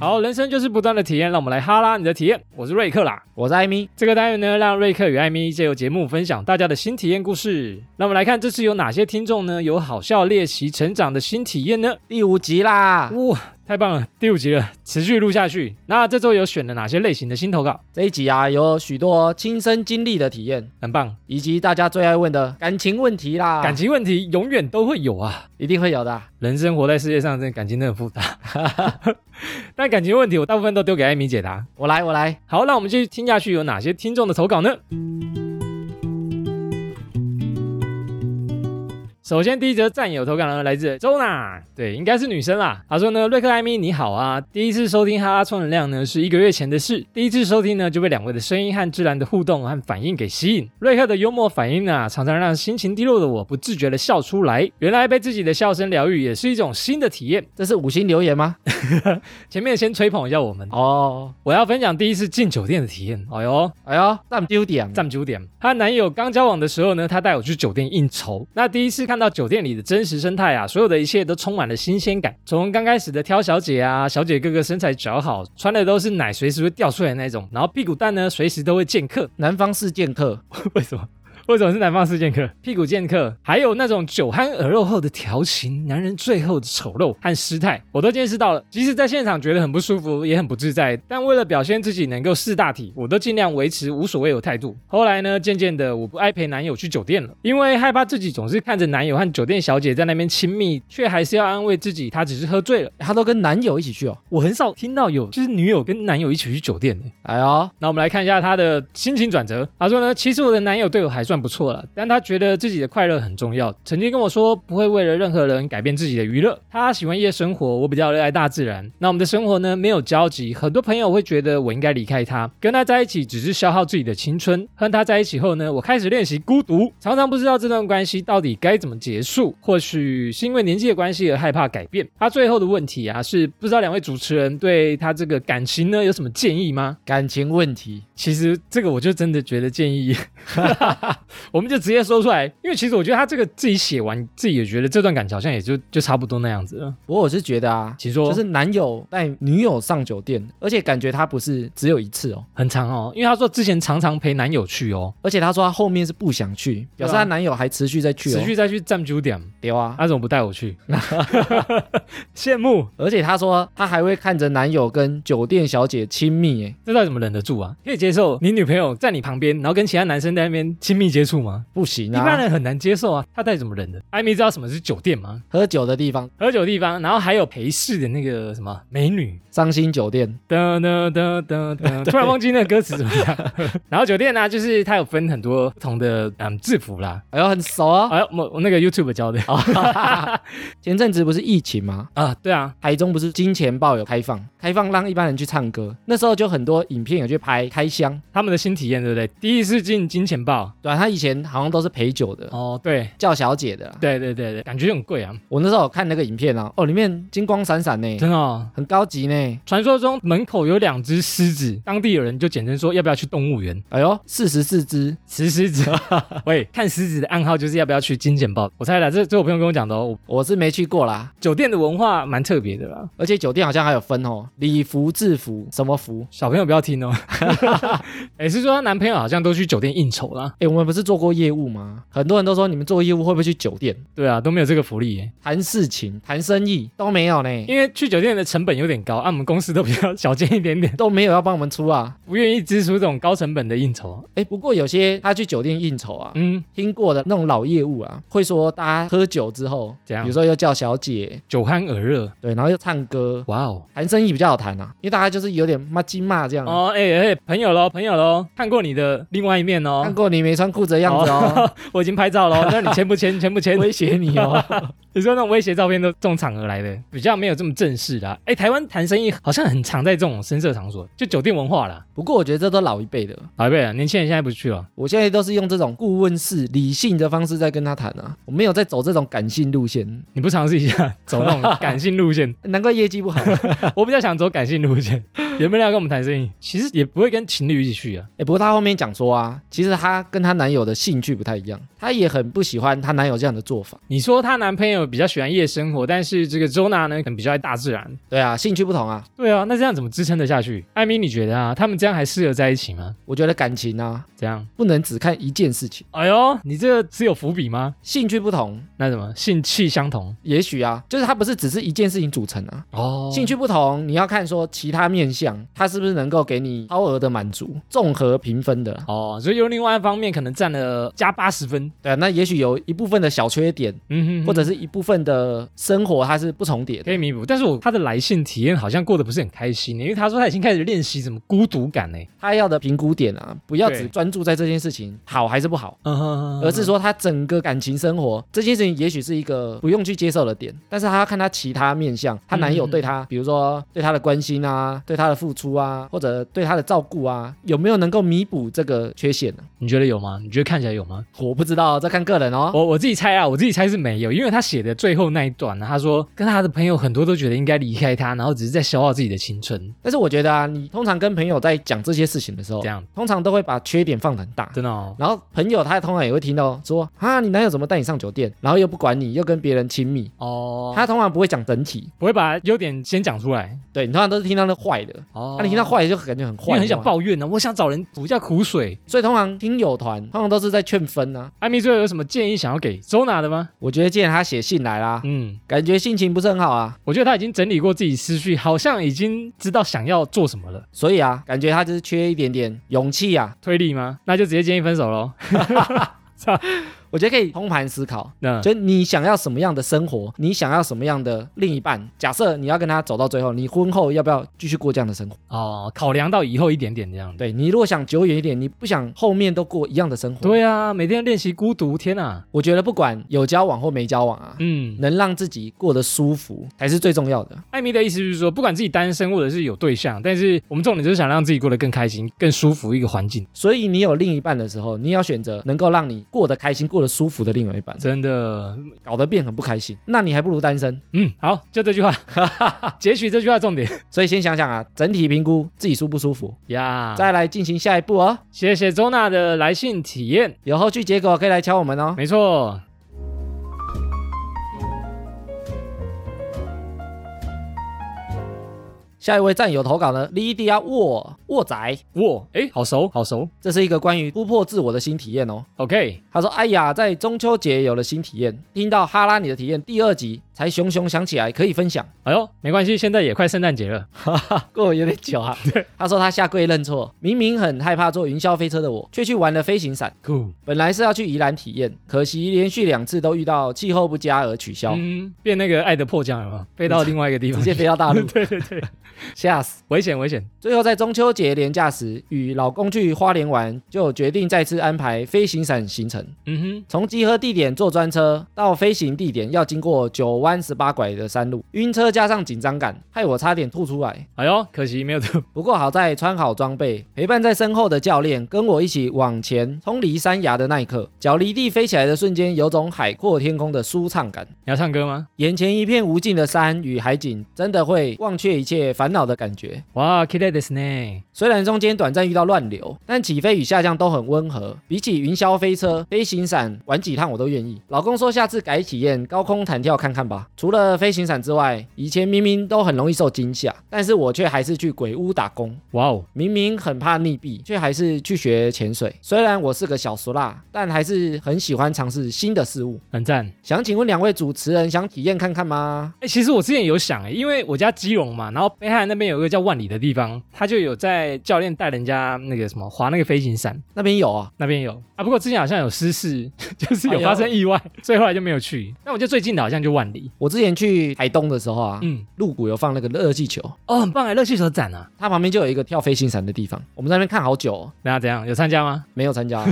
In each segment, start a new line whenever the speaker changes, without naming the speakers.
好，人生就是不断的体验，让我们来哈拉你的体验。我是瑞克啦，
我是艾米，
这个单元呢，让瑞克与艾米借由节目分享大家的新体验故事。那我们来看这次有哪些听众呢？有好笑、猎奇、成长的新体验呢？
第五集啦。
哇，太棒了！第五集了，持续录下去。那这周有选了哪些类型的新投稿？
这一集啊，有许多亲身经历的体验，
很棒，
以及大家最爱问的感情问题啦。
感情问题永远都会有啊。
一定会有的啊。
人生活在世界上，真的感情真的很复杂。 但感情问题我大部分都丢给艾米解答。
我来，我来。
好，那我们继续听下去，有哪些听众的投稿呢？首先，第一则战友投稿呢，来自周娜，对，应该是女生啦。她说呢，瑞克艾米你好啊，第一次收听哈拉充能量呢是一个月前的事，第一次收听呢就被两位的声音和自然的互动和反应给吸引。瑞克的幽默反应啊，常常让心情低落的我不自觉的笑出来。原来被自己的笑声疗愈也是一种新的体验。
这是五星留 言吗？
前面先吹捧一下我们，
哦，
我要分享第一次进酒店的体验。哎呦，
哎呦，但丢点。
占九点。她男友刚交往的时候呢，她带我去酒店应酬。那第一次看到酒店里的真实生态啊，所有的一切都充满了新鲜感。从刚开始的挑小姐啊，小姐个个身材姣好，穿的都是奶随时会掉出来的那种，然后屁股蛋呢随时都会见客。
南方四剑客，
为什么？为什么是南方四剑客？屁股剑客，还有那种酒酣耳肉后的调情，男人最后的丑陋和失态，我都见识到了。即使在现场觉得很不舒服，也很不自在，但为了表现自己能够试大体，我都尽量维持无所谓的态度。后来呢，渐渐的，我不爱陪男友去酒店了，因为害怕自己总是看着男友和酒店小姐在那边亲密，却还是要安慰自己，他只是喝醉了。
他都跟男友一起去哦。
我很少听到有就是女友跟男友一起去酒店的、
哎呦，
那我们来看一下她的心情转折。她说呢，其实我的男友对我还算不错了，但她觉得自己的快乐很重要，曾经跟我说不会为了任何人改变自己的娱乐。她喜欢夜生活，我比较热爱大自然。那我们的生活呢，没有交集，很多朋友会觉得我应该离开他，跟他在一起只是消耗自己的青春。和他在一起后呢，我开始练习孤独，常常不知道这段关系到底该怎么结束。或许是因为年纪的关系而害怕改变。她最后的问题啊，是不知道两位主持人对她这个感情呢有什么建议吗？
感情问题，
其实这个我就真的觉得建议， 我们就直接说出来，因为其实我觉得他这个自己写完，自己也觉得这段感情好像也就就差不多那样子了。
不过我是觉得啊，
请说
就是男友带女友上酒店，而且感觉他不是只有一次哦，
很长哦，因为他说之前常常陪男友去哦，
而且他说他后面是不想去，表示
对啊
他男友还持续在去哦，
持续再去占九点，
丢啊。
他怎么不带我 去？羡慕，
而且他说他还会看着男友跟酒店小姐亲密，哎，
这到底怎么忍得住啊？可以接受你女朋友在你旁边，然后跟其他男生在那边亲密接触吗？
不行
一般
啊，
人很难接受啊，他到底怎么忍的？艾米知道什么是酒店吗？
喝酒的地方，
喝酒的地方，然后还有陪侍的那个什么美女，
伤心酒店，
噔噔噔噔 噔，突然忘记那个歌词怎么样。然后酒店呢、就是它有分很多不同的嗯制服啦。
哎呦，很熟哦。
哎呦，我我那个 YouTube 教的
前阵子不是疫情吗？
啊，对啊，
台中不是金钱豹有开放，开放让一般人去唱歌，那时候就很多影片有去拍开箱，
他们的新体验对不对？第一次进金钱豹，
对啊，他以前好像都是陪酒的，
哦，对
叫小姐的啦。
对对对对，感觉很贵啊，
我那时候有看那个影片啊，哦，里面金光闪闪呢，
真的、哦。
很高级呢。
传说中门口有两只狮子，当地有人就简称说要不要去动物园
哎呦，四十四只，
吃狮子。 喂，看狮子的暗号就是要不要去金钱豹。我猜啦，这这我朋友跟我讲的哦。我
我是没去过啦。
酒店的文化蛮特别的啦，
而且酒店好像还有分哦，礼服、制服，什么服？
小朋友不要听哦。 哎、是说她男朋友好像都去酒店应酬啦。
哎，我们不是做过业务吗？很多人都说你们做业务会不会去酒店
对啊，都没有这个福利耶，
谈事情、谈生意都没有呢，
因为去酒店的成本有点高，啊按、我们公司都比较小见一点点，
都没有要帮我们出啊。
不愿意支出这种高成本的应酬。
哎，不过有些他去酒店应酬啊，
嗯，
听过的那种老业务啊，会说大家喝酒之后，
怎样
比如说又叫小姐，
酒酣耳热，
对，然后又唱歌，
哇哦！
谈生意比较好谈啊，因为大家就是有点骂鸡骂这样。
哦，哎、哎、朋友喽，朋友喽，看过你的另外一面哦
看，过你没穿裤子的样子 哦，
我已经拍照喽，那你签不 签？签不签？
威胁你哦。
你说那种威胁照片都这种场合来的，比较没有这么正式啦。哎、台湾谈生意好像很常在这种深色场所，就酒店文化啦。
不过我觉得这都老一辈的，
老一辈了，年轻人现在不去了。
我现在都是用这种顾问式、理性的方式在跟他谈啊，我没有在走这种感性路线，
你不尝试一下走那 种感性路线，
难怪业绩不好。
我比较想走感性路线，有没有人要跟我们谈生意？其实也不会跟情侣一起去啊。
哎、不过她后面讲说啊，其实她跟她男友的兴趣不太一样，她也很不喜欢她男友这样的做法。
你说她男朋友比较喜欢夜生活，但是这个周娜呢，可能比较爱大自然。
对啊，兴趣不同啊，
对啊，那这样怎么支撑得下去？艾米，你觉得啊，他们这样还适合在一起吗？
我觉得感情啊，
这样，
不能只看一件事情，
哎呦，你这只有伏笔吗？
兴趣不同，
那什么，性气相同
也许啊，就是它不是只是一件事情组成啊。
哦
兴趣不同，你要看说其他面向，它是不是能够给你超额的满足，综合评分的啦。啊
哦，所以有另外一方面可能占了加八十分，
对啊，那也许有一部分的小缺点，
嗯哼
或
或者
者是一部分的生活它是不重叠的。
可以弥补。但是我他的来信体验好像过得不是很开心，因为他说他已经开始练习怎么孤独感呢。
他要的评估点啊，不要只
对
专注在这件事情好还是不好。
嗯哼
而是说他整个感情生活这件事情，也许是一个不用去接受的点，但是他要看他其他面向，她男友对她，比如说对她的关心啊，对她的付出啊，或者对她的照顾啊，有没有能够弥补这个缺陷呢、
你觉得有吗？你觉得看起来有吗？
我不知道，这看个人哦。
我我自己猜啊，我自己猜是没有，因为他写的最后那一段啊呢，他说跟他的朋友很多都觉得应该离开他，然后只是在消耗自己的青春，
但是我觉得啊，你通常跟朋友在讲这些事情的时候
这，样
通常都会把缺点放得很大。
真的哦。
然后朋友他通常也会听到说啊，你男友怎么带你上酒店，然后又不管你，又跟别人亲密，
哦，
他通常不会讲整体，
不会把优点先讲出来
对你通常都是听到那坏的，
哦
那、你听到，坏的就感觉很
因
坏，
为很想
你知道吗，
抱怨啊呢、我想找人吐一下苦水。
所以通常听友团通常都是在劝分啊。
艾米最后有什么建议想要给周娜的吗？
我觉得既然他写信来啦，
嗯，
感觉心情不是很好啊，
我觉得他已经整理过自己思绪，好像已经知道想要做什么了。
所以啊，感觉他就是缺一点点勇气啊。
推理吗？那就直接建议分手喽。
我觉得可以通盘思考，
那
就你想要什么样的生活，你想要什么样的另一半。假设你要跟他走到最后，你婚后要不要继续过这样的生活？
哦，考量到以后一点点这样子。
对你如果想久远一点，你不想后面都过一样的生活，
对啊，每天练习孤独，天啊，
我觉得不管有交往或没交往啊，
嗯，
能让自己过得舒服才是最重要的。
艾米的意思就是说，不管自己单身或者是有对象，但是我们重点就是想让自己过得更开心、更舒服一个环境。
所以你有另一半的时候，你要选择能够让你过得开心、过得舒服的另外一半，
真的，
搞得变很不开心，那你还不如单身。
嗯，好，就这句 话，截取这句话重点
所以先想想啊，整体评估自己舒不舒服，
呀。
再来进行下一步哦。
谢谢周娜的来信体验，
有后续结果可以来敲我们哦。
没错。
下一位战友投稿呢，Lydia 沃沃仔，
哇，哎，好熟，好熟。
这是一个关于突破自我的新体验哦。
OK，
他说：“哎呀，在中秋节有了新体验，听到哈拉你的体验第二集，才熊熊想起来可以分享。
哎呦，没关系，现在也快圣诞节了。
过有点久啊。 他说他下跪认错，明明很害怕坐云霄飞车的我，却去玩了飞行伞。
Cool，
本来是要去宜兰体验，可惜连续两次都遇到气候不佳而取消，
嗯，变那个爱的迫降了吗？飞到另外一个地方
直，接飞到大陆，
对对对，
吓死！
危险危险。
最后在中秋节连假时，与老公去花莲玩，就决定再次安排飞行伞行程。
嗯
从集合地点坐专车到飞行地点，要经过九弯十八拐的山路，晕车加上紧张感，害我差点吐出来。
哼，哎呦，可惜没有得。
不过好在穿好装备，陪伴在身后的教练跟我一起往前冲离山崖的那一刻，脚离地飞起来的瞬间，有种海阔天空的舒畅感。
你要唱歌吗？
眼前一片无尽的山与海景，真的会忘却一切烦恼的感觉。
哇 k i l l this name。
虽然中间短暂遇到乱流，但起飞与下降都很温和。比起云霄飞车、飞行伞，玩几趟我都愿意。老公说下次改体验高空弹跳看看吧。除了飞行伞之外，以前明明都很容易受惊吓，但是我却还是去鬼屋打工。
哇哦，
明明很怕溺毙，却还是去学潜水。虽然我是个小俗辣，但还是很喜欢尝试新的事物。
很赞。
想请问两位主持人，想体验看看吗？
哎、其实我之前有想、因为我家基隆嘛，然后北海岸那边有一个叫万里的地方，他就有在教练带人家那个什么划那个飞行伞，
那边有啊，
那边有啊。不过之前好像有失事， 就是
哎
有
呦
发生意外，所以后来就没有去。那我觉得最近的好像就万里，
我之前去台东的时候啊，
嗯，
鹿谷有放那个热气球，
哦，很棒哎，热气球展啊。
它旁边就有一个跳飞行伞的地方。我们在那边看好久、哦，
那啊怎样？有参加吗？
没有参 加、啊，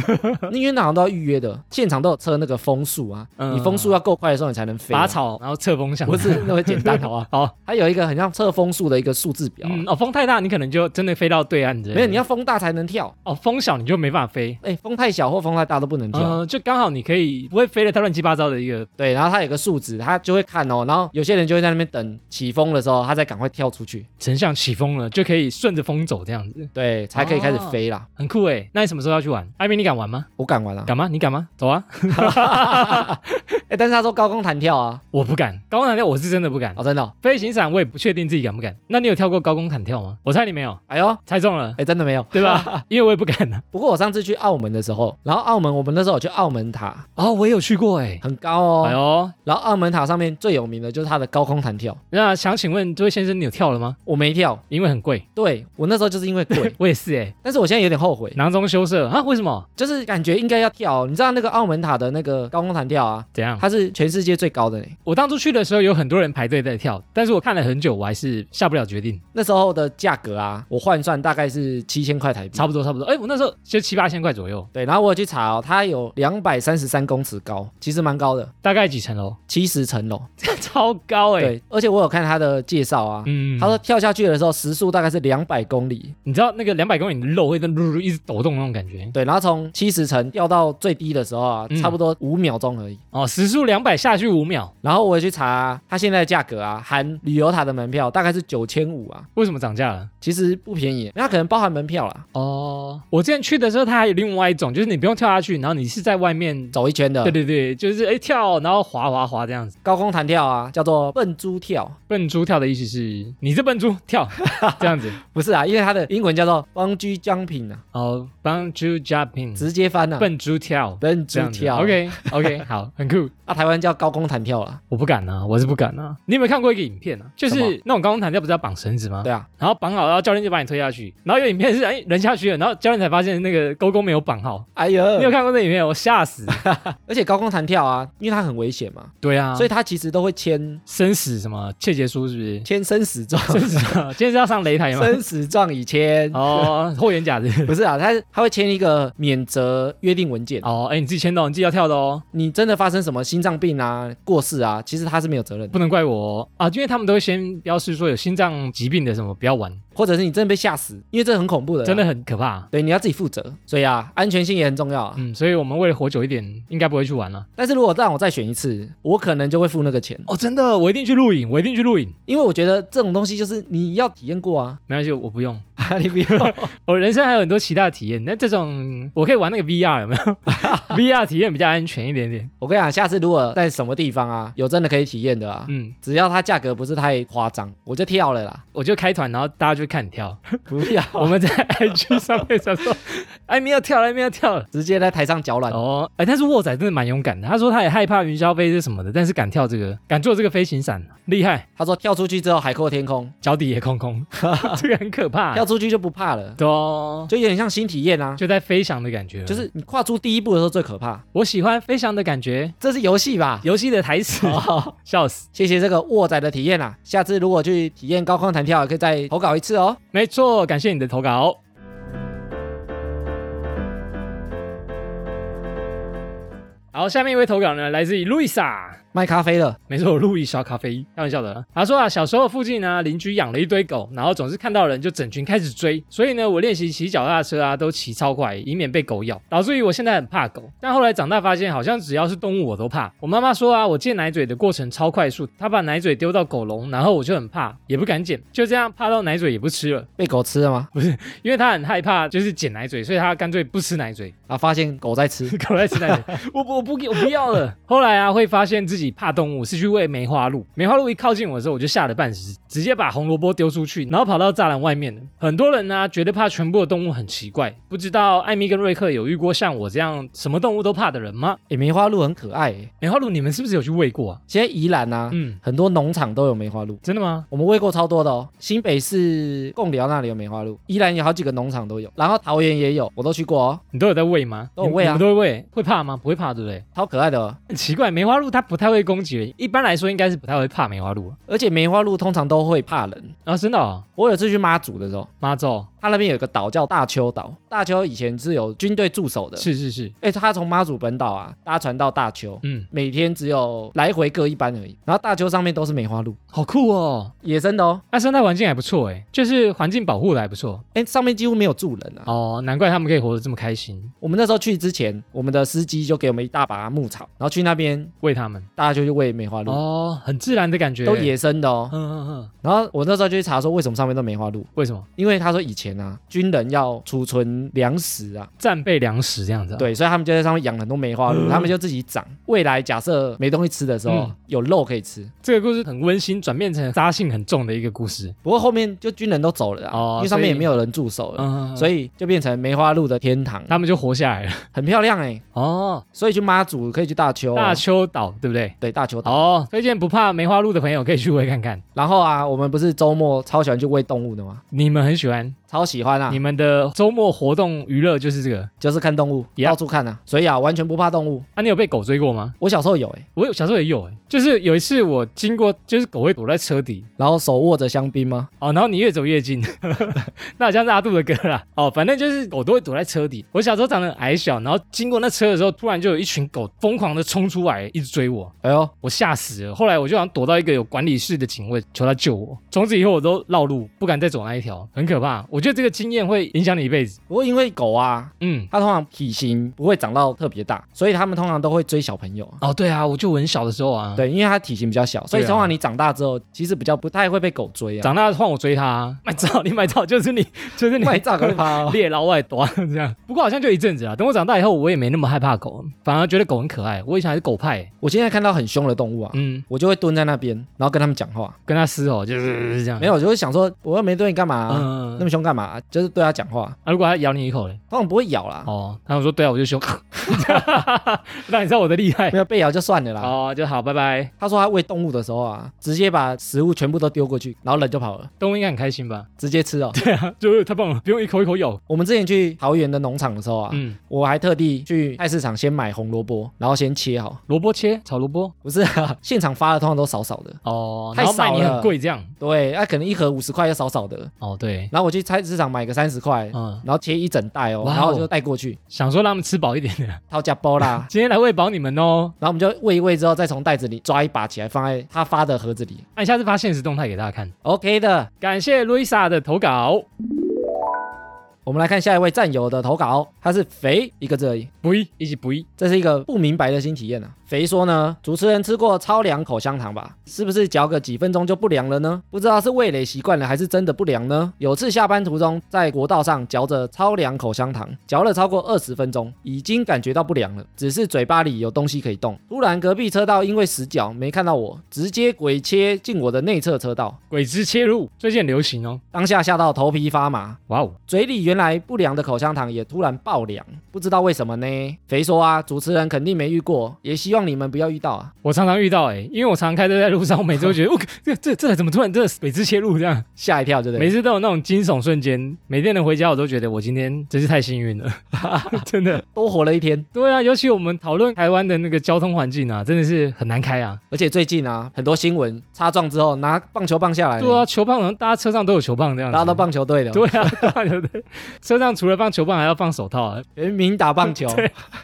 因为那好像都要预约的，现场都有测那个风速啊，
嗯
你风速要够快的时候你才能飞、
拔
啊。
草，然后测风向，
不 是那么简单好吧？
好，
它有一个很像测风速的一个数字表啊、
嗯，哦，风太大，你可能就真的飞到到嗯对岸之类的。
没有，你要风大才能跳。
哦，风小你就没办法飞。
哎，风太小或风太大都不能跳。
呃，就刚好你可以不会飞的太乱七八糟的一个，
对，然后它有个数值，它就会看哦，然后有些人就会在那边等起风的时候，他再赶快跳出去，
成像起风了就可以顺着风走这样子，
对，才可以开始
哦
飞啦。
很酷诶。那你什么时候要去玩？艾米，你敢玩吗？
我敢玩啊！
敢吗？你敢吗？走啊！
哎，但是他说高空弹跳啊，
我不敢，高空弹跳我是真的不敢。
哦，真的哦、
飞行伞我也不确定自己敢不敢。那你有跳过高空弹跳吗？我猜你没有，
哎呦，
猜中了，
哎，真的没有。
对 吧？因为我也不敢啊。
不过我上次去澳门的时候，然后澳门我们那时候有去澳门塔，
哦，我也有去过诶。
很高哦。
哎呦，
然后澳门塔上面最有名的就是它的高空弹跳，
那想请问这位先生，你有跳了吗？
我没跳，
因为很贵，，
对我那时候就是因为贵
我也是诶，
但是我现在有点后悔，
囊中羞涩啊？为什么？
就是感觉应该要跳哦、你知道那个澳门塔的那个高空弹跳啊，
怎样？
它是全世界最高的呢。
我当初去的时候有很多人排队在跳，但是我看了很久，我还是下不了决定。
那时候的价格啊，我换算大概是七千块台币。
差不多，差不多。哎，我那时候就七八千块左右，
对，然后我有去查哦，它有两百三十三公尺高，其实蛮高的，
大概几层楼？
七十层楼。
超高哎、
对，而且我有看它的介绍啊，
嗯，
他说跳下去的时候时速大概是两百公里，
你知道那个两百公里的肉会在噜噜一直抖动那种感觉
对，然后从七十层掉到最低的时候啊，
嗯
差不多五秒钟而已。
哦，时速两百下去五秒，
然后我也去查、它现在的价格啊，含旅游塔的门票大概是九千五啊，
为什么涨价了？
其实不便宜，那可能包含门票啦，
哦，我之前去的时候，它还有另外一种，就是你不用跳下去，然后你是在外面，
走一圈的
对对对，就是哎跳，然后滑滑滑这样子。
高空弹跳啊，叫做笨猪跳，
笨猪跳的意思是你这笨猪跳这样子，
不是啊，因为它的英文叫做 bungee jumping 啊，
哦，bungee jumping，
直接翻啊，
嗯笨猪跳，
笨
这
猪
样子
跳
，OK OK，好，很酷。
啊，台湾叫高空弹跳啦，
我不敢啊，我是不敢啊。你有没有看过一个影片啊？就
什
是
么
那种高空弹跳不是要绑绳子吗？
对啊，
然后绑好，然后教练就把你推下去。然后有影片是哎人下去了，然后教练才发现那个勾勾没有绑好。
哎呦，
你有看过那影片？我吓死。
而且高空弹跳啊，因为它很危险嘛，
对啊，
所
所
以
以
它其实都会签
生死什么切结书是不是？
签生死状，
生死啊，今天是要上擂台吗？
生死状已签。
哦，霍元甲的。
不是啊，他他会签一个免责约定文件，
哦，哎，你自己签到，你自己要跳的哦，
你真的发生什么心脏病啊、过世啊，其实他是没有责任的，
不能怪我哦啊，因为他们都会先标示说有心脏疾病的什么不要玩，
或者是你真的被吓死，因为这很恐怖的，啊
真的，很可怕。
对，你要自己负责，所以啊，安全性也很重要啊。
嗯，所以我们为了活久一点，应该不会去玩了。
但是如果让我再选一次，我可能就会付那个钱，
哦，真的，我一定去录影，我一定去录影。
因为我觉得这种东西就是你要体验过啊，
没关系，我不用。
啊你不要，
我人生还有很多其他的体验，那这种我可以玩那个 VR 有没有 ？VR 体验比较安全一点点。
我跟你讲，下次如果在什么地方啊，有真的可以体验的啊，
嗯，
只要它价格不是太夸张，我就跳了啦，
我就开团，然后大家就看你跳。
不要，
我 们在 IG 上面想说，艾米要跳了，艾米要跳了。
直接在台上脚软，
哦，哎，但是沃仔真的蛮勇敢的。他说他也害怕云霄飞是什么的，但是敢跳这个，敢做这个飞行伞，厉害，
他说跳出去之后海阔天空，
脚底也空 空，这个很可怕。
跳出去就不怕了，
对哦，
就有点像新体验啊。
就在飞翔的感觉，
就是你跨出第一步的时候最可怕，
我喜欢飞翔的感觉。
这是游 戏吧？
游戏的台词，
哦
笑死。
谢谢这个卧仔的体验啊！下次如果去体验高空弹跳，可以再投稿一次哦。
没错，感谢你的投稿。好，下面一位投稿呢，来自于 Luisa。
卖咖啡了，
没错，路易小咖啡，开玩笑的啦。他说啊，小时候附近呢、邻居养了一堆狗，然后总是看到人就整群开始追，所以呢，我练习骑脚踏车啊，都骑超快，以免被狗咬，导致于我现在很怕狗。但后来长大发现，好像只要是动物我都怕。我妈妈说啊，我戒奶嘴的过程超快速，她把奶嘴丢到狗笼，然后我就很怕，也不敢捡，就这样怕到奶嘴也不吃了。
被狗吃了吗？
因为他很害怕，就是捡奶嘴，所以他干脆不吃奶嘴，，
啊，发现狗在吃
搞来吃奶嘴。 我不我不我不要了。后来啊，会发现自己怕动物，是去喂梅花鹿。梅花鹿一靠近我的时候，我就吓得半死，直接把红萝卜丢出去，然后跑到栅栏外面了。很多人呢、啊觉得怕全部的动物很奇怪，不知道艾米跟瑞克有遇过像我这样什么动物都怕的人吗？
诶，哎梅花鹿很可爱、欸。
梅花鹿，你们是不是有去喂过啊？
现在宜兰啊，
嗯，
很多农场都有梅花鹿，
真的吗？
我们喂过超多的哦。新北市贡寮那里有梅花鹿，宜兰有好几个农场都有，然后桃园也有，我都去过哦，
你都有在喂吗？
都有喂啊
你们都会喂，会怕吗？不会怕，对不对？
超可爱的哦。
很奇怪，梅花鹿它不太太会攻击人，一般来说应该是不太会怕梅花鹿啊。
而且梅花鹿通常都会怕人。
啊，真的、哦，
我有一次去妈祖的时候，
妈祖
它那边有个岛叫大邱岛，大邱以前是有军队驻守的。
是是是，
哎、它从妈祖本岛啊搭船到大邱，
嗯，
每天只有来回各一班而已。然后大邱上面都是梅花鹿，
好酷哦。
野生的哦。
那、生态环境还不错诶，就是环境保护的还不错
哎，上面几乎没有住人啊。
哦，难怪他们可以活得这么开心，
我们那时候去之前，我们的司机就给我们一大把牧草，然后去那边
喂他们
大家就去喂梅花鹿，
哦，很自然的感觉，
都野生的哦
嗯，。嗯嗯，
然后我那时候就去查说为什么上面都梅花鹿，
为什么
因为他说以前啊军人要储存粮食啊，
战备粮食这样子、啊？，
对，所以他们就在上面养很多梅花鹿，他们就自己长。未来假设没东西吃的时候
嗯，
有肉可以吃。
这个故事很温馨，转变成杀性很重的一个故事。
不过后面就军人都走了
哦
啊，因为上
所以
面也没有人驻守了，啊
嗯，
所
以
以就变成梅花鹿的天堂，
他们就活下来了。
很漂亮哎。
哦，
所以去妈祖可以去大邱哦，
大邱岛对不对？
对大邱岛。
哦，推荐不怕梅花鹿的朋友可以去喂看看。
然后啊，我们不是周末超喜欢去喂动物的吗？
你们很喜欢，
超喜欢啊
你，们的周末活动娱乐就是这个。
就是看动物，
Yeah
到处看啊，所以啊，完全不怕动物。
啊，你有被狗追过吗？
我小时候有哎、
我有小时候也有、欸，就是有一次我经过，就是狗会躲在车底
然后手握着香槟吗？
哦，然后你越走越近，那好像是阿杜的歌啦。哦，反正就是狗都会躲在车底。我小时候长得很矮小，然后经过那车的时候，突然就有一群狗疯狂的冲出来，一直追我，
哎呦，
我吓死了。后来我就想躲到一个有管理室的警卫，求他救我。从此以后我都绕路，不敢再走那一条，很可怕。我觉得这个经验会影响你一辈子。
不过因为狗啊，
嗯，
它通常体型不会长到特别大，所以它们通常都会追小朋友啊。
哦，对啊，我就我很小的时候啊，
对，因为它体型比较小，所以
对啊
通常你长大之后，其实比较不太会被狗追 啊。
长大换我追他、啊， 买照你买照就是你，就是你
卖炸可会怕
。
哦
猎老外多这样。不过好像就一阵子啊，等我长大以后，我也没那么害怕狗，反而觉得狗很可爱。我以前还是狗派、
我现在看到很凶的动物啊，
嗯，
我就会蹲在那边，然后跟它们讲话。
跟它嘶吼就是这样。
没有，我就啊会想说，我又没对你干嘛、
嗯，
那么凶干嘛、就是对它讲话，
啊，如果它咬你一口嘞，
通常不会咬啦。
哦，然后我说对啊，我就凶， 那你知道我的厉害
没有啊被咬就算了啦。
哦，就好，拜拜。
他说他喂动物的时候啊，直接把食物全部都丢过去，然后人就跑了，
动物应该很开心吧？
直接吃哦。
就是太棒了，不用一口一口咬。
我们之前去桃园的农场的时候啊，
嗯，
我还特地去菜市场先买红萝卜，然后先切好。
萝卜切炒萝卜
不是啊，现场发的通常都少少的，
哦，
太
然后卖你
少了
很贵这样。
对，那、可能一盒五十块要少少的。
哦，对，
然后我去菜市场买个三十块，
嗯，
然后切一整袋哦，
哇哦
然后我就带过去，
想说让他们吃饱一点的，。
掏家包啦
今天来喂饱你们哦。
然后我们就喂一喂之后，再从袋子里抓一把起来，放在他发的盒子里
那、你下次发现实动态给大家看。
，OK 的。
感谢 Luisa 的投稿。
我们来看下一位战友的投稿，他是肥一个字而已，
不一，一起不一。
这是一个不明白的新体验啊。肥说呢，主持人吃过超凉口香糖吧？是不是嚼个几分钟就不凉了呢？不知道是味蕾习惯了，还是真的不凉呢？有次下班途中在国道上嚼着超凉口香糖，嚼了超过二十分钟，已经感觉到不凉了，只是嘴巴里有东西可以动。突然隔壁车道因为死角没看到我，直接鬼切进我的内侧车道，
鬼子切入最近很流行哦。
当下吓到头皮发麻，
哇哦，
嘴里原来不良的口香糖也突然爆凉，不知道为什么呢？肥说啊，主持人肯定没遇过，也希望你们不要遇到啊。
我常常遇到哎、因为我常开车在路上，我每次都觉得，哦， 这这这怎么突然这鬼子切入这样？
吓一跳，对不
每
对？
次都有那种惊悚瞬间。每天能回家，我都觉得我今天真是太幸 运了，真的。
多活了一天。
对啊，尤其我们讨论台湾的那个交通环境啊，真的是很难开啊。
而且最近啊，很多新闻擦撞之后拿棒球棒下来，
对啊，，球棒好像大家车上都有球棒这样子。
哎大家都。棒球队的，
对啊，对对， 车上除了放球棒，还要放手套、啊，
全民打 棒球，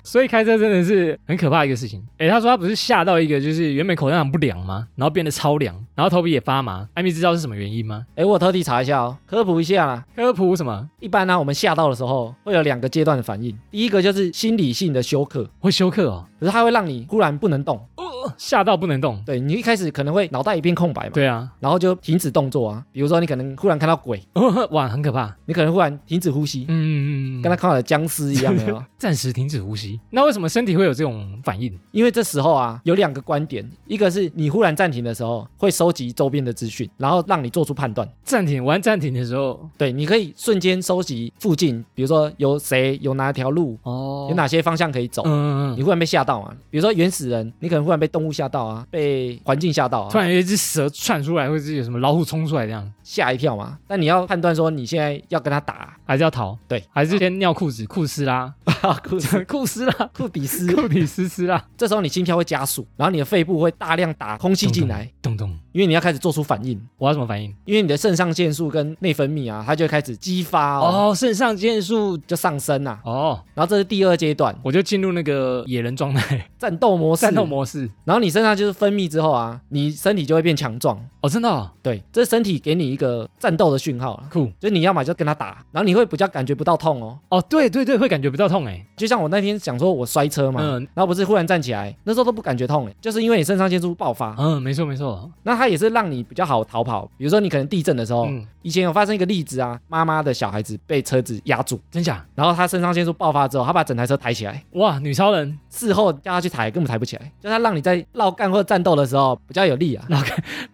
所以开车真的是很可怕的一个事情。诶，他说他不是吓到一个，就是原本口香糖不凉吗？然后变得超凉，然后头皮也发麻。艾米知道是什么原因吗？
哎，我特地查一下哦，科普一下啦。
科普什么？
一般呢、啊我们吓到的时候会有两个阶段的反应，第一个就是心理性的休克，
会休克哦，
可是它会让你忽然不能动，
吓到不能动。
对你一开始可能会脑袋一片空白嘛，
对啊，
然后就停止动作啊，比如说你可能忽然看到鬼，
哇，很可怕。
你可能忽然停止呼吸，
嗯，
跟他看到的僵尸一样，没 有？
暂时停止呼吸。那为什么身体会有这种反应？
因为这时候啊，有两个观点，一个是你忽然暂停的时候，会收集周边的资讯，然后让你做出判断。
暂停玩暂停的时候，
对，你可以瞬间收集附近，比如说有谁有哪条路，
哦
有？哪些方向可以走。
嗯嗯
你
嗯，
忽然被吓到嘛？比如说原始人，你可能忽然被动物吓到啊，被环境吓到啊
突，然有一只蛇窜出来，或者是有什么老虎冲出来这样，
吓一跳嘛。但你要判断说你现在要跟他 打，
还是要逃？
对，
还是先尿裤子，库斯拉，
库
库斯拉，
库比斯，
库里斯斯拉，
这时候你心跳会加速，然后你的肺部会大量打空气进来，
咚咚，
因为你要开始做出反应，
我要什么反应？
因为你的肾上腺素跟内分泌啊，它就会开始激发哦，
哦，肾上腺素，
就上升啊。
哦，
然后这是第二阶段
我就进入那个野人状态，
战斗模式，
战斗模式。
然后你身上就是分泌之后啊，你身体就会变强壮。
哦，真的、哦、
对，这是身体给你一个战斗的讯号啊，
酷
就是你要么就跟他打，然后你会比较感觉不到痛哦。
哦，对对对，会感觉不到痛哎，
就像我那天讲说我摔车嘛，
嗯
然后不是忽然站起来，那时候都不感觉痛哎，就是因为你肾上腺素爆发。
嗯，没错没错，
那它也是让你比较好逃跑，比如说你可能地震的时候，
嗯，
以前有发生一个例子啊，妈妈的小孩子被车子压住，
真假？
然后他肾上腺素爆发之后，他把整台车抬起来，
哇，女超人，
事后叫他去抬根本抬不起来，就他让你在绕干或战斗的时候比较有力啊。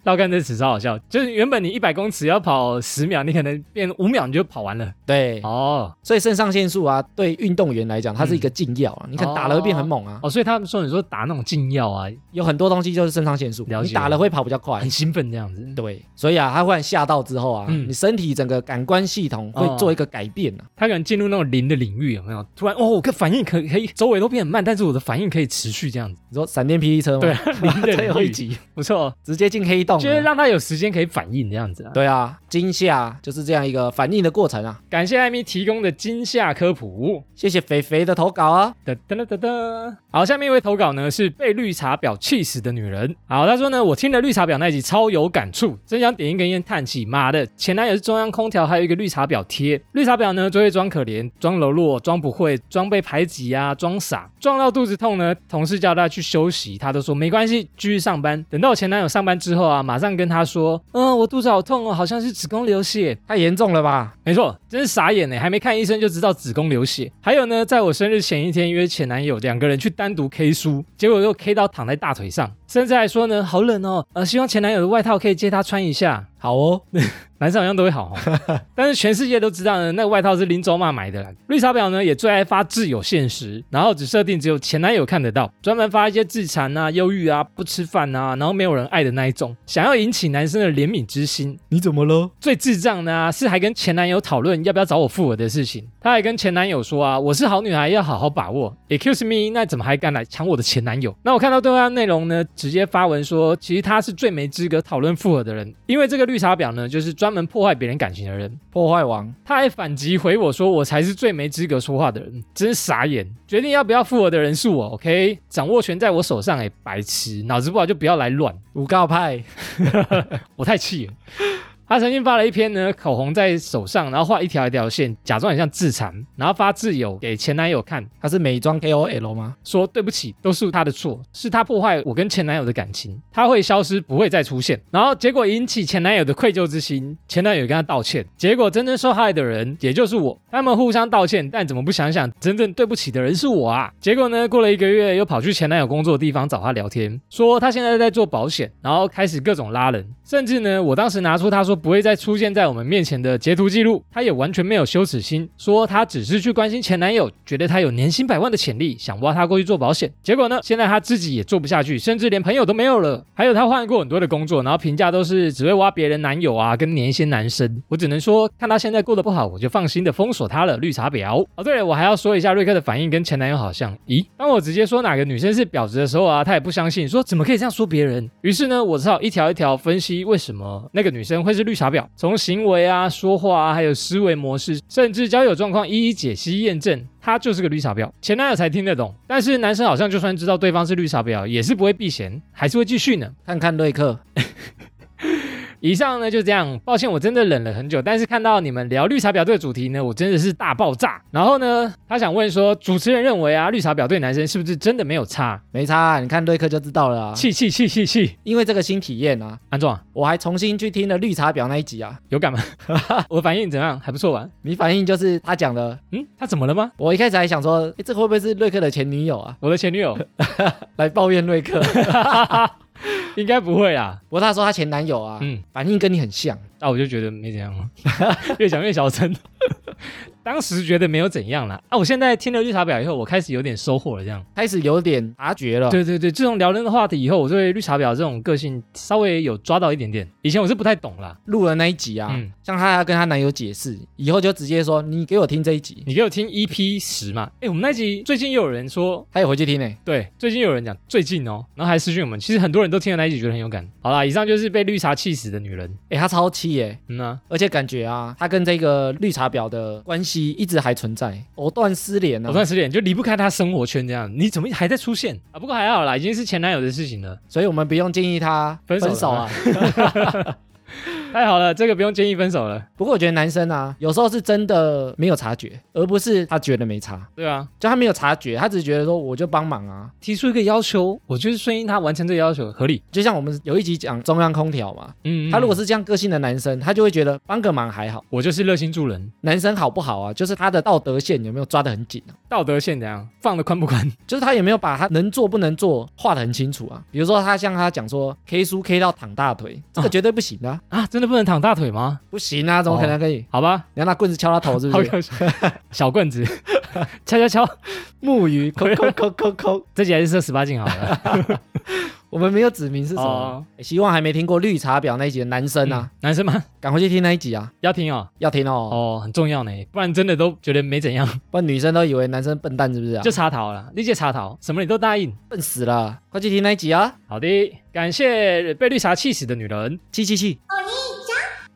绕杆这词超好笑，就是原本你一百公尺要跑十秒，你可能变五秒你就跑完了。
对，
哦
所以肾上腺素啊，对运动员来讲，它是一个禁药啊。你看打了会变很猛啊，
哦，所以他们说你说打那种禁药啊，
有很多东西就是肾上腺素，
了解
你打了会跑比较快
很。兴奋这样子，
对，所以啊，他忽然吓到之后啊，
嗯哦
你身体整个感官系统会做一个改变啊。
他可能进入那种零的领域有没有？突然哦，我可反应可可以，周围都变很慢，但是我的反应可以持续这样子，
你说闪电霹雳车吗？
对， 零的
最后
领
一
域
集
不错，
直接进黑洞
就是
了。
让他有时间可以反应这样子啊。
对啊，惊吓就是这样一个反应的过程啊。
感谢艾米提供的惊吓科普。
谢谢肥肥的投稿啊，
哒哒哒哒哒。好，下面一位投稿呢是被绿茶婊气死的女人。好，他说呢，我听了绿茶婊那一集超有感触，真想点一根烟叹气。妈的，前男友是中央空调，还有一个绿茶婊贴。绿茶婊呢，就会装可怜、装柔弱、装不会、装被排挤啊、装傻，撞到肚子痛呢，同事叫她去休息，她都说没关系，继续上班。等到我前男友上班之后啊，马上跟他说，嗯，我肚子好痛哦，好像是子宫流血。
太严重了吧？
没错，真是傻眼呢，欸还没看医生就知道子宫流血。还有呢，在我生日前一天约前男友两个人去单独 K 书，结果又 K 到躺在大腿上，甚至还说呢好冷哦，呃，希望前男友的外套可以借他穿一下。
好哦，
男生好像都会好、哦，但是全世界都知道呢，那个外套是林周骂买的啦。绿茶婊呢也最爱发自有现实，然后只设定只有前男友看得到，专门发一些自残啊、忧郁啊、不吃饭啊，然后没有人爱的那一种，想要引起男生的怜悯之心。
你怎么了？
最智障的啊，是还跟前男友讨论要不要找我复合的事情。她还跟前男友说啊，我是好女孩，要好好把握。Excuse me，那怎么还敢来抢我的前男友？那我看到对话内容呢，直接发文说，其实他是最没资格讨论复合的人，因为这个绿茶婊呢，就是专门破坏别人感情的人。
破坏王，
他还反击回我说：“我才是最没资格说话的人，真傻眼！决定要不要复合的人是我，OK？掌握权在我手上、欸，哎，白痴，脑子不好就不要来乱。”
五告派，
我太气了。他曾经发了一篇呢，口红在手上，然后画一条一条线，假装很像自残，然后发自由给前男友看，
他是美妆 KOL 吗？
说对不起，都是他的错，是他破坏我跟前男友的感情，他会消失，不会再出现。然后结果引起前男友的愧疚之心，前男友也跟他道歉，结果真正受害的人也就是我，他们互相道歉，但怎么不想想，真正对不起的人是我啊？结果呢，过了一个月，又跑去前男友工作的地方找他聊天，说他现在在做保险，然后开始各种拉人，甚至呢，我当时拿出他说不会再出现在我们面前的截图记录，他也完全没有羞耻心，说他只是去关心前男友，觉得他有年薪百万的潜力，想挖他过去做保险。结果呢，现在他自己也做不下去，甚至连朋友都没有了。还有他换过很多的工作，然后评价都是只会挖别人男友啊，跟黏一些男生。我只能说，看他现在过得不好，我就放心的封锁他了。绿茶婊。 哦，对了，我还要说一下瑞克的反应跟前男友好像。咦，当我直接说哪个女生是婊子的时候啊，他也不相信，说怎么可以这样说别人？于是呢，我只好一条一条分析为什么那个女生会是绿茶婊，从行为啊、说话啊，还有思维模式，甚至交友状况一一解析验证。她就是个绿茶婊，前男友才听得懂，但是男生好像就算知道对方是绿茶婊，也是不会避嫌，还是会继续呢。
看看瑞克，
以上呢就这样，抱歉，我真的忍了很久，但是看到你们聊绿茶婊这个主题呢，我真的是大爆炸。然后呢，他想问说，主持人认为啊，绿茶婊对男生是不是真的没有差？
没差、啊，你看瑞克就知道了、啊。
气气气气气！
因为这个新体验啊，
安总啊，
我还重新去听了绿茶婊那一集啊，
有 感吗？我反应怎么样？还不错吧？
你反应就是他讲的，
嗯，他怎么了吗？
我一开始还想说，诶这会不会是瑞克的前女友啊，
我的前女 友
来抱怨瑞 克？
应该不会啦。
不过他说他前男友啊，
嗯，
反应跟你很像，
那我就觉得没怎样了，越讲越小声。当时觉得没有怎样啦，啊，我现在听了绿茶婊以后，我开始有点收获了，这样。
开始有点察觉了。
对对对，自从聊那个话题以后，我对绿茶婊这种个性稍微有抓到一点点。以前我是不太懂啦，
录了那一集啊，
嗯
像她要跟她男友解释，以后就直接说你给我听这一集，
你给我听 EP 十嘛。哎，我们那集最近也有人说，
她也回去听呢、欸
对，最近有人讲最近哦，然后还私讯我们，其实很多人都听了那一集觉得很有感。好啦，以上就是被绿茶气死的女人。
哎、她超气耶、
嗯啊，
而且感觉啊，她跟这个绿茶婊的关系一直还存在，藕断丝连
藕
啊。
断丝连就离不开她生活圈这样，你怎么还在出现啊？不过还好啦，已经是前男友的事情了。
所以我们不用建议她
分手了
啊。
太好了，这个不用建议分手了。
不过我觉得男生啊，有时候是真的没有察觉，而不是他觉得没差，
对啊，
就他没有察觉，他只是觉得说我就帮忙啊。
提出一个要求，我就是顺应他完成这个要求，合理。
就像我们有一集讲中央空调嘛，
嗯
他如果
是
是这样个性的男生，他就会觉得帮个忙还好。
我就是热心助人，
男生好不好啊？就是他的道德线有没有抓得很紧啊？
道德线怎样放的宽不宽？
就是他有没有把他能做不能做画得很清楚啊？比如说他像他讲说 K 书 K 到躺大腿，这个
啊
绝对不行的啊、
啊，真的不能躺大腿吗？
不行啊，怎么可能可以？
好吧，
你要拿棍子敲他头是
哦好
不是？
搞笑，小棍子，敲敲敲，
木鱼抠抠 抠抠抠，
这集还是设十八禁好 了。
我们没有指明是什么啊、
哦
欸希望还没听过绿茶婊那一集的男生啊，
嗯男生吗？
赶回去听那一集啊，
要听哦，
要听哦，
哦，很重要呢，不然真的都觉得没怎样，
不然女生都以为男生笨蛋是不是啊？
就
就
插逃了，理解插逃，什么你都答应。
笨死了，快去听那一集啊！
好的，感谢被绿茶气死的女人，
七七七，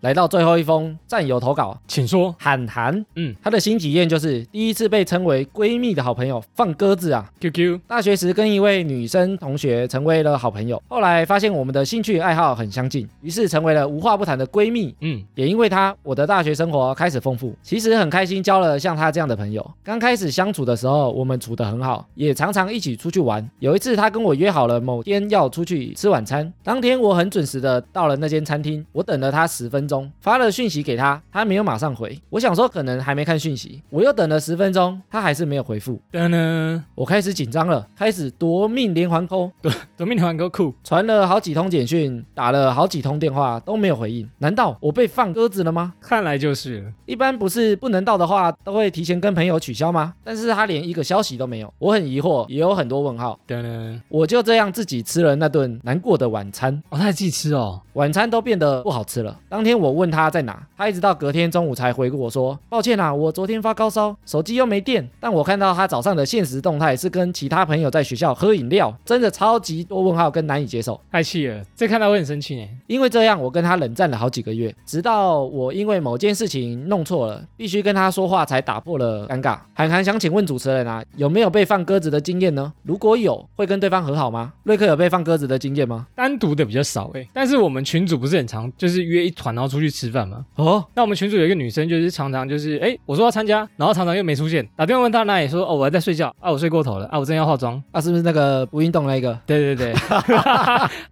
来到最后一封战友投稿，
请说。
韩寒，
嗯
嗯，他的新体验就是第一次被称为闺蜜的好朋友放鸽子啊。
QQ，
大学时跟一位女生同学成为了好朋友，后来发现我们的兴趣爱好很相近，于是成为了无话不谈的闺蜜。
嗯，
也因为她，我的大学生活开始丰富。其实很开心交了像她这样的朋友。刚开始相处的时候，我们处得很好，也常常一起出去玩。有一次，她跟我约好了某天要出去吃晚餐，当天我很准时的到了那间餐厅，我等了她十分钟，发了讯息给她，她没有马上回。我想说可能还没看讯息，我又等了十分钟，她还是没有回复。
噔噔，
我开始紧张了，开始夺命连环扣，
夺命连环扣酷，
传了好几通简讯，打了好几通电话都没有回应。难道我被放鸽子了吗？
看来就是了
一般不是不能到的话，都会提前跟朋友取消吗？但是他连一个消息都没有，我很疑惑，也有很多问号。
噔噔。
我就这样自己吃了那顿难过的晚餐，
哦，他还自己吃哦，
晚餐都变得不好吃了。当天我问他在哪，他一直到隔天中午才回我说：“抱歉啊，我昨天发高烧，手机又没电。”但我看到他早上的现实动态是跟其他朋友在学校喝饮料，真的超级多问号跟难以接受。
太气了，这看到会很生气呢。
因为这样，我跟他冷战了好几个月，直到我因为某件事情弄错了，必须跟他说话，才打破了尴尬。韩寒想请问主持人啊，有没有被放鸽子的经验呢？如果有，会跟对方和好吗？瑞克有被放鸽子的经验吗？
单独的比较少诶，但是我们群主不是很常就是约一团然后出去吃饭嘛，
哦，
那我们群主有一个女生，就是常常就是哎，我说要参加，然后常常又没出现，打电话问她哪里，说哦我还在睡觉啊，我睡过头了啊，我正要化妆。
啊，是不是那个不运动那一个？
对对对，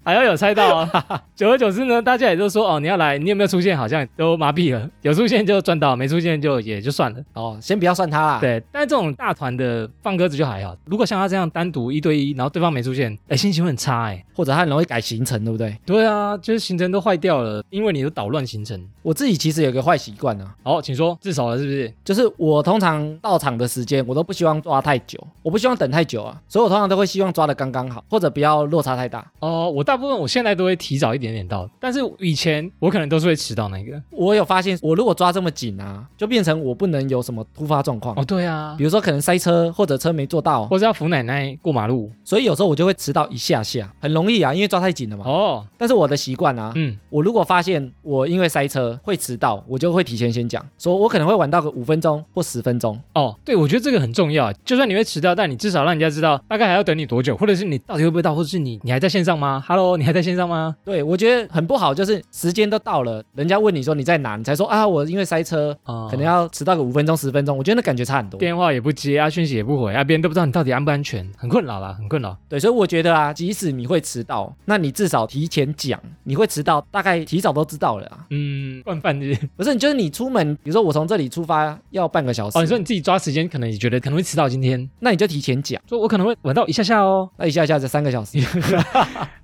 还要有猜到啊。久而久之呢，大家也都说哦你要来，你有没有出现好像都麻痹了，有出现就赚到，没出现就也就算了。
哦，先不要算他啦。，
对，但这种大团的放鸽子就还好，如果像她这样单独一对一，然后对方没出现，哎心情会很差哎。
或者他很容易改行程，对不对？
对啊，就是行程都坏掉了，因为你都捣乱行程。
我自己其实有个坏习惯啊。
好，请说，自首了是不是？
就是我通常到场的时间，我都不希望抓太久，我不希望等太久啊，所以我通常都会希望抓的刚刚好，或者不要落差太大。
哦，我大部分我现在都会提早一点点到，但是以前我可能都是会迟到那个。
我有发现，我如果抓这么紧啊，就变成我不能有什么突发状况，
哦，对啊
比，如说可能塞车或者车没做到，
或是要扶奶奶过马路。
所以有时候我就会迟到一下下，很容易啊，因为抓太紧了嘛。
哦，
但是我的习惯啊，
嗯，
我如果发现我因为塞车会迟到，我就会提前先讲，说我可能会晚到个五分钟或十分钟。
哦，对，我觉得这个很重要。就算你会迟到，但你至少让人家知道大概还要等你多久，或者是你到底会不会到，或者是你你还在线上吗？Hello，你还在线上吗？
对我觉得很不好，就是时间都到了，人家问你说你在哪，你才说啊我因为塞车，
哦，
可能要迟到个五分钟十分钟，我觉得那感觉差很多。
电话也不接啊，讯息也不回啊，别人都不知道你到底安不安全，很困扰啦，很困扰。
对，所以我觉得啊，即使你会迟到，那你至少提前讲，你会迟到，大概提早都知道了啊。
嗯，惯犯日。
不是，就是你出门，比如说我从这里出发要半个小时，
哦，你说你自己抓时间，可能你觉得可能会迟到今天，
那你就提前讲，
说我可能会晚到一下下哦。
那一下一下才三个小时，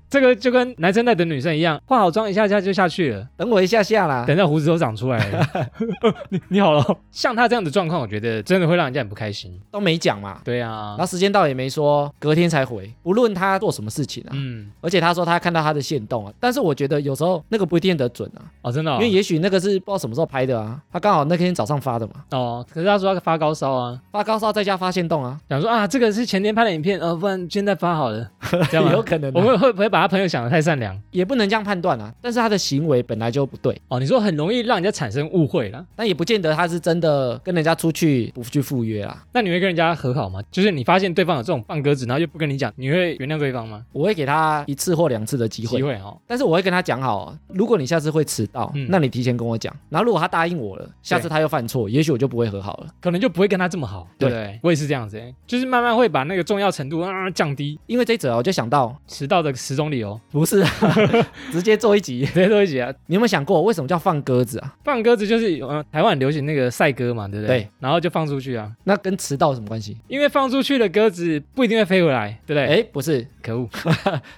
这个就跟男生在等女生一样，化好妆一下下就下去了，
等我一下下啦。
等到胡子都长出来了。 你你好了，像他这样的状况，我觉得真的会让人家很不开心。
都没讲嘛。
对
然
啊
后，时间到也没说，隔天才回。不论他做什么事情啊，
嗯，
而且他说他看到他的线动啊，但是我觉得有时候那个不一定得准啊，
哦，真的、哦，
因为也许那个是不知道什么时候拍的啊，他刚好那天早上发的嘛，
哦，可是他说他发高烧啊，
发高烧在家发线动啊，
想说啊，这个是前天拍的影片，呃，不然现在发好了，这样吗
有可能啊、
我们会不会把他朋友想的太善良？
也不能这样判断啊，但是他的行为本来就不对，
哦，你说很容易让人家产生误会啦。
但也不见得他是真的跟人家出去不去赴约啊，
那你会跟人家和好吗？就是你发现对方有这种放鸽子，然后又不跟你讲，你会原谅对方吗？
我会给他一次或两次的机会。
会哦，
但是我会跟他讲好，如果你下次会迟到，
嗯
那你提前跟我讲。然后如果他答应我了，下次他又犯错，也许我就不会和好了，
可能就不会跟他这么好，对
对
不对？我也是这样子、欸，就是慢慢会把那个重要程度啊、降低，
因为这一则啊我就想到
迟到的十种理 由，
不是、啊，直接做一集。
直接哦都一起啊。
你有没有想过为什么叫放鸽子啊？
放鸽子就是有，呃，台湾很流行那个赛鸽嘛，对不对？
对，
然后就放出去啊，
那跟迟到有什么关系？
因为放出去的鸽子不一定会飞回来，对不对？
哎，不是，
可恶，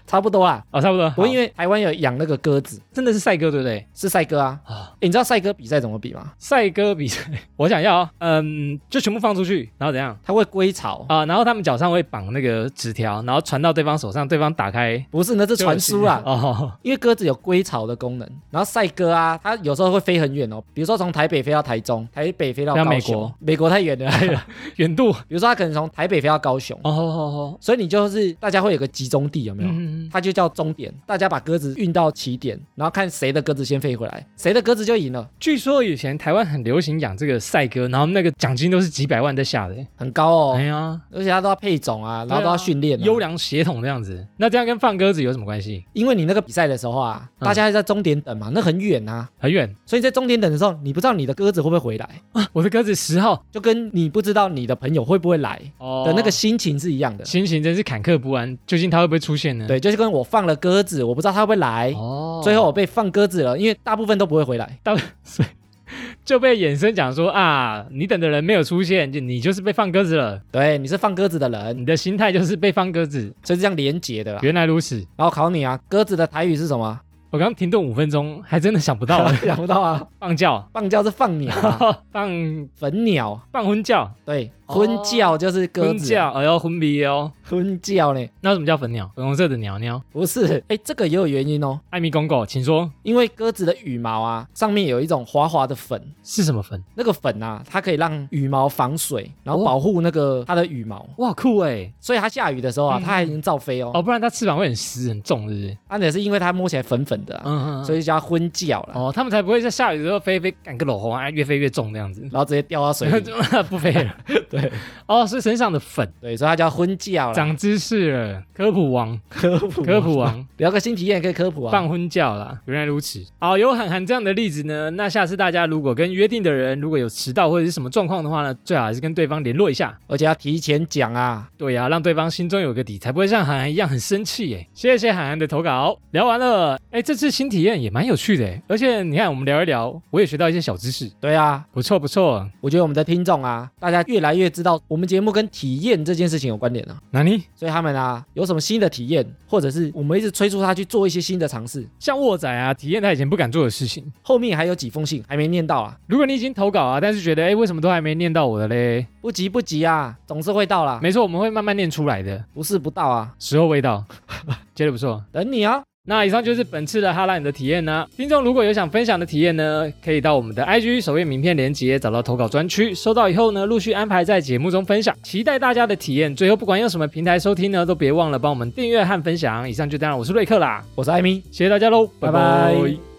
差不多啦。
哦，差不多。
不过因
为
为台湾有养那个鸽子，
真的是赛鸽，对不对？
是赛鸽啊。
啊，
诶你知道赛鸽比赛怎么比吗？
赛鸽比赛，我想要，嗯，就全部放出去，然后怎样？
它会归巢，
啊，然后他们脚上会绑那个纸条，然后传到对方手上，对方打开
不是，那是传输啊啦。
哦，
因为鸽子有归巢的功能，然后赛鸽啊，它有时候会飞很远哦，比如说从台北飞到台中，台北飞到
飞到
高
美
雄
国，
美国太远了。
远度哦
比如说它可能从台北飞到高雄，
哦哦，
所以你就是大家会有个集中地，有没有？
嗯，
它就叫终点，大家把鸽子运到起点，然后看谁的鸽子先飞回来，谁的鸽子就赢了，
据说以前台湾很流行养这个赛鸽，然后那个奖金都是几百万在下的、
很高哦。
哎呀，
而且它都要配种啊，然后都要训练、啊。
优良血统这样子，那这样跟放鸽子有什么关系？
因为你那个比赛的时候啊，
嗯
大家还在终点等嘛，那很远啊，
很远
所以在终点等的时候，你不知道你的鸽子会不会回来，
啊，我的鸽子十号
就跟你不知道你的朋友会不会来
哦
的那个心情是一样的。
心情真是坎坷不安，究竟他会不会出现呢？，
对，就是跟我放了鸽子，我不知道它会不会来，
哦，
最后我被放鸽子了，因为大部分都不会回来。
就被衍生讲说啊，你等的人没有出现，就你就是被放鸽子了，
对，你是放鸽子的人，
你的心态就是被放鸽子。
所以是这样连结的啦。
原来如此，
然后考你啊，鸽子的台语是什么？
我刚停顿五分钟，还真的想不到
想不到啊，
放教、
放叫是放鸟、 啊，
放
粉鸟，
放婚教、
对，
哦
婚叫就是鸽
婚
子啊，
教，哎呦婚鼻哦，
婚叫呢？
那为什么叫粉鸟？粉红色的鸟鸟，
不是，哎，这个也有原因哦。
艾米公狗，请说
因为鸽子的羽毛啊，上面有一种滑滑的粉，
是什么粉？
那个粉啊，它可以让羽毛防水，然
哦
后保护那个它的羽毛，
哇酷哎，
所以它下雨的时候啊，
嗯
它还能照飞哦。
哦不然它翅膀会很湿很重，是不是？
而且啊是因为它摸起来粉粉的啊，
嗯嗯，
所
以
以叫它昏叫啦，
哦他们才不会在下雨的时候飞飞干个裸红啊，越飞越重这样子。
然后直接掉到水 里。
不飞 了，对，哦，是身上的粉，
对，所以它叫昏叫啦。
长知识了，科普王，
科普
科普 王，
聊个新体验也可以科普啊。
放婚觉啦，原来如此。好，有涵涵这样的例子呢，那下次大家如果跟约定的人如果有迟到或者是什么状况的话呢，最好还是跟对方联络一下。
而且要提前讲啊。
对呀、让对方心中有个底，才不会像涵涵一样很生气耶。谢谢涵涵的投稿，聊完了，哎，这次新体验也蛮有趣的耶，而且你看我们聊一聊，我也学到一些小知识，
对啊，
不错不错。
我觉得我们的听众啊，大家越来越知道我们节目跟体验这件事情有关联了、啊，
那你
所以他们啊有什么新的体验，或者是我们一直催促他去做一些新的尝试。
像沃仔啊，体验他以前不敢做的事情。
后面还有几封信还没念到啊，
如果你已经投稿啊，但是觉得哎，为什么都还没念到我的嘞？
不急不急啊，总是会到啦，
没错，我们会慢慢念出来 的，
不是不到啊，
时候未到，觉得不错。
等你啊。
那以上就是本次的哈拉你的体验呢、听众如果有想分享的体验呢，可以到我们的 IG 首页名片连接找到投稿专区，收到以后呢，陆续安排在节目中分享。期待大家的体验。最后，不管用什么平台收听呢，都别忘了帮我们订阅和分享。以上就这样，我是瑞克啦，
我是艾米，
谢谢大家喽，拜
拜
拜
拜